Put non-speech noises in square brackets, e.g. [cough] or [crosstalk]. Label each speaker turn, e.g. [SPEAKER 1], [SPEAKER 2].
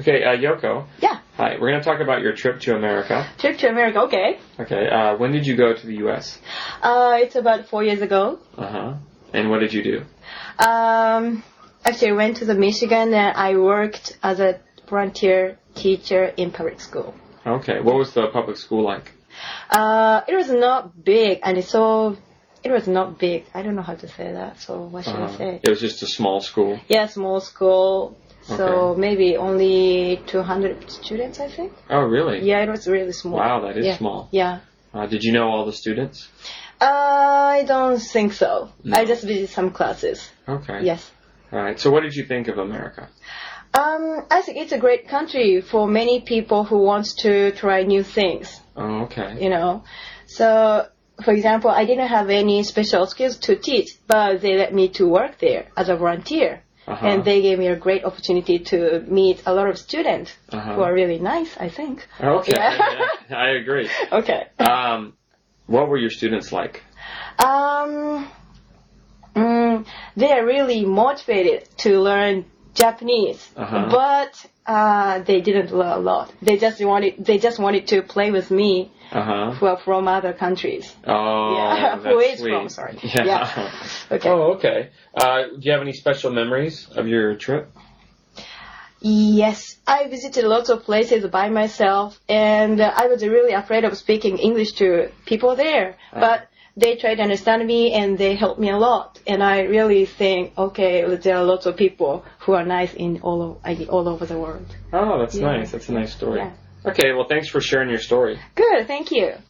[SPEAKER 1] Okay, uh, Yoko.
[SPEAKER 2] Yeah.
[SPEAKER 1] Hi. We're going to talk about your trip to America.
[SPEAKER 2] Trip to America. Okay.
[SPEAKER 1] Okay. Uh, when did you go to the U.S.?
[SPEAKER 2] Uh, it's about four years ago.
[SPEAKER 1] Uh huh. And what did you do?
[SPEAKER 2] Um, actually, I went to the Michigan and I worked as a volunteer teacher in public school.
[SPEAKER 1] Okay. What was the public school like?
[SPEAKER 2] Uh, it was not big, and it's so it was not big. I don't know how to say that. So what should I
[SPEAKER 1] Uh,
[SPEAKER 2] say?
[SPEAKER 1] it was just a small school.
[SPEAKER 2] Yeah, small school. So
[SPEAKER 1] Okay.
[SPEAKER 2] maybe only 200 students, I think.
[SPEAKER 1] Oh, really?
[SPEAKER 2] Yeah, it was really small.
[SPEAKER 1] Wow, that is
[SPEAKER 2] yeah.
[SPEAKER 1] small.
[SPEAKER 2] Yeah. Uh,
[SPEAKER 1] Uh, did you know all the students?
[SPEAKER 2] I don't think so.
[SPEAKER 1] No.
[SPEAKER 2] I just visited some classes.
[SPEAKER 1] Okay.
[SPEAKER 2] Yes.
[SPEAKER 1] All right. So, what did you think of America?
[SPEAKER 2] Um, I think it's a great country for many people who wants to try new things,
[SPEAKER 1] Oh, okay.
[SPEAKER 2] you know. So, for example, I didn't have any special skills to teach, but they let me to work there as a volunteer.
[SPEAKER 1] Uh-huh.
[SPEAKER 2] And they gave me a great opportunity to meet a lot of students
[SPEAKER 1] Uh-huh.
[SPEAKER 2] who are really nice, I think.
[SPEAKER 1] Okay.
[SPEAKER 2] Yeah.
[SPEAKER 1] yeah, [laughs] I agree.
[SPEAKER 2] Okay.
[SPEAKER 1] Um, what were your students like?
[SPEAKER 2] Um, mm, they are really motivated to learn Japanese,
[SPEAKER 1] Uh-huh.
[SPEAKER 2] but uh, they didn't learn a lot. They just wanted they just wanted to play with me,
[SPEAKER 1] Uh huh.
[SPEAKER 2] who are from other countries.
[SPEAKER 1] Oh,
[SPEAKER 2] Yeah,
[SPEAKER 1] that's
[SPEAKER 2] who is
[SPEAKER 1] sweet.
[SPEAKER 2] from? Sorry.
[SPEAKER 1] Yeah.
[SPEAKER 2] Yeah. Okay.
[SPEAKER 1] [laughs] Oh, okay. Uh, do you have any special memories of your trip?
[SPEAKER 2] Yes, I visited lots of places by myself, and uh, I was really afraid of speaking English to people there. But they tried to understand me, and they helped me a lot. And I really think, okay, there are lots of people who are nice in all o- I- all over the world.
[SPEAKER 1] Oh, that's
[SPEAKER 2] Yeah.
[SPEAKER 1] nice. That's a nice story.
[SPEAKER 2] Yeah.
[SPEAKER 1] Okay, well, thanks for sharing your story.
[SPEAKER 2] Good, thank you.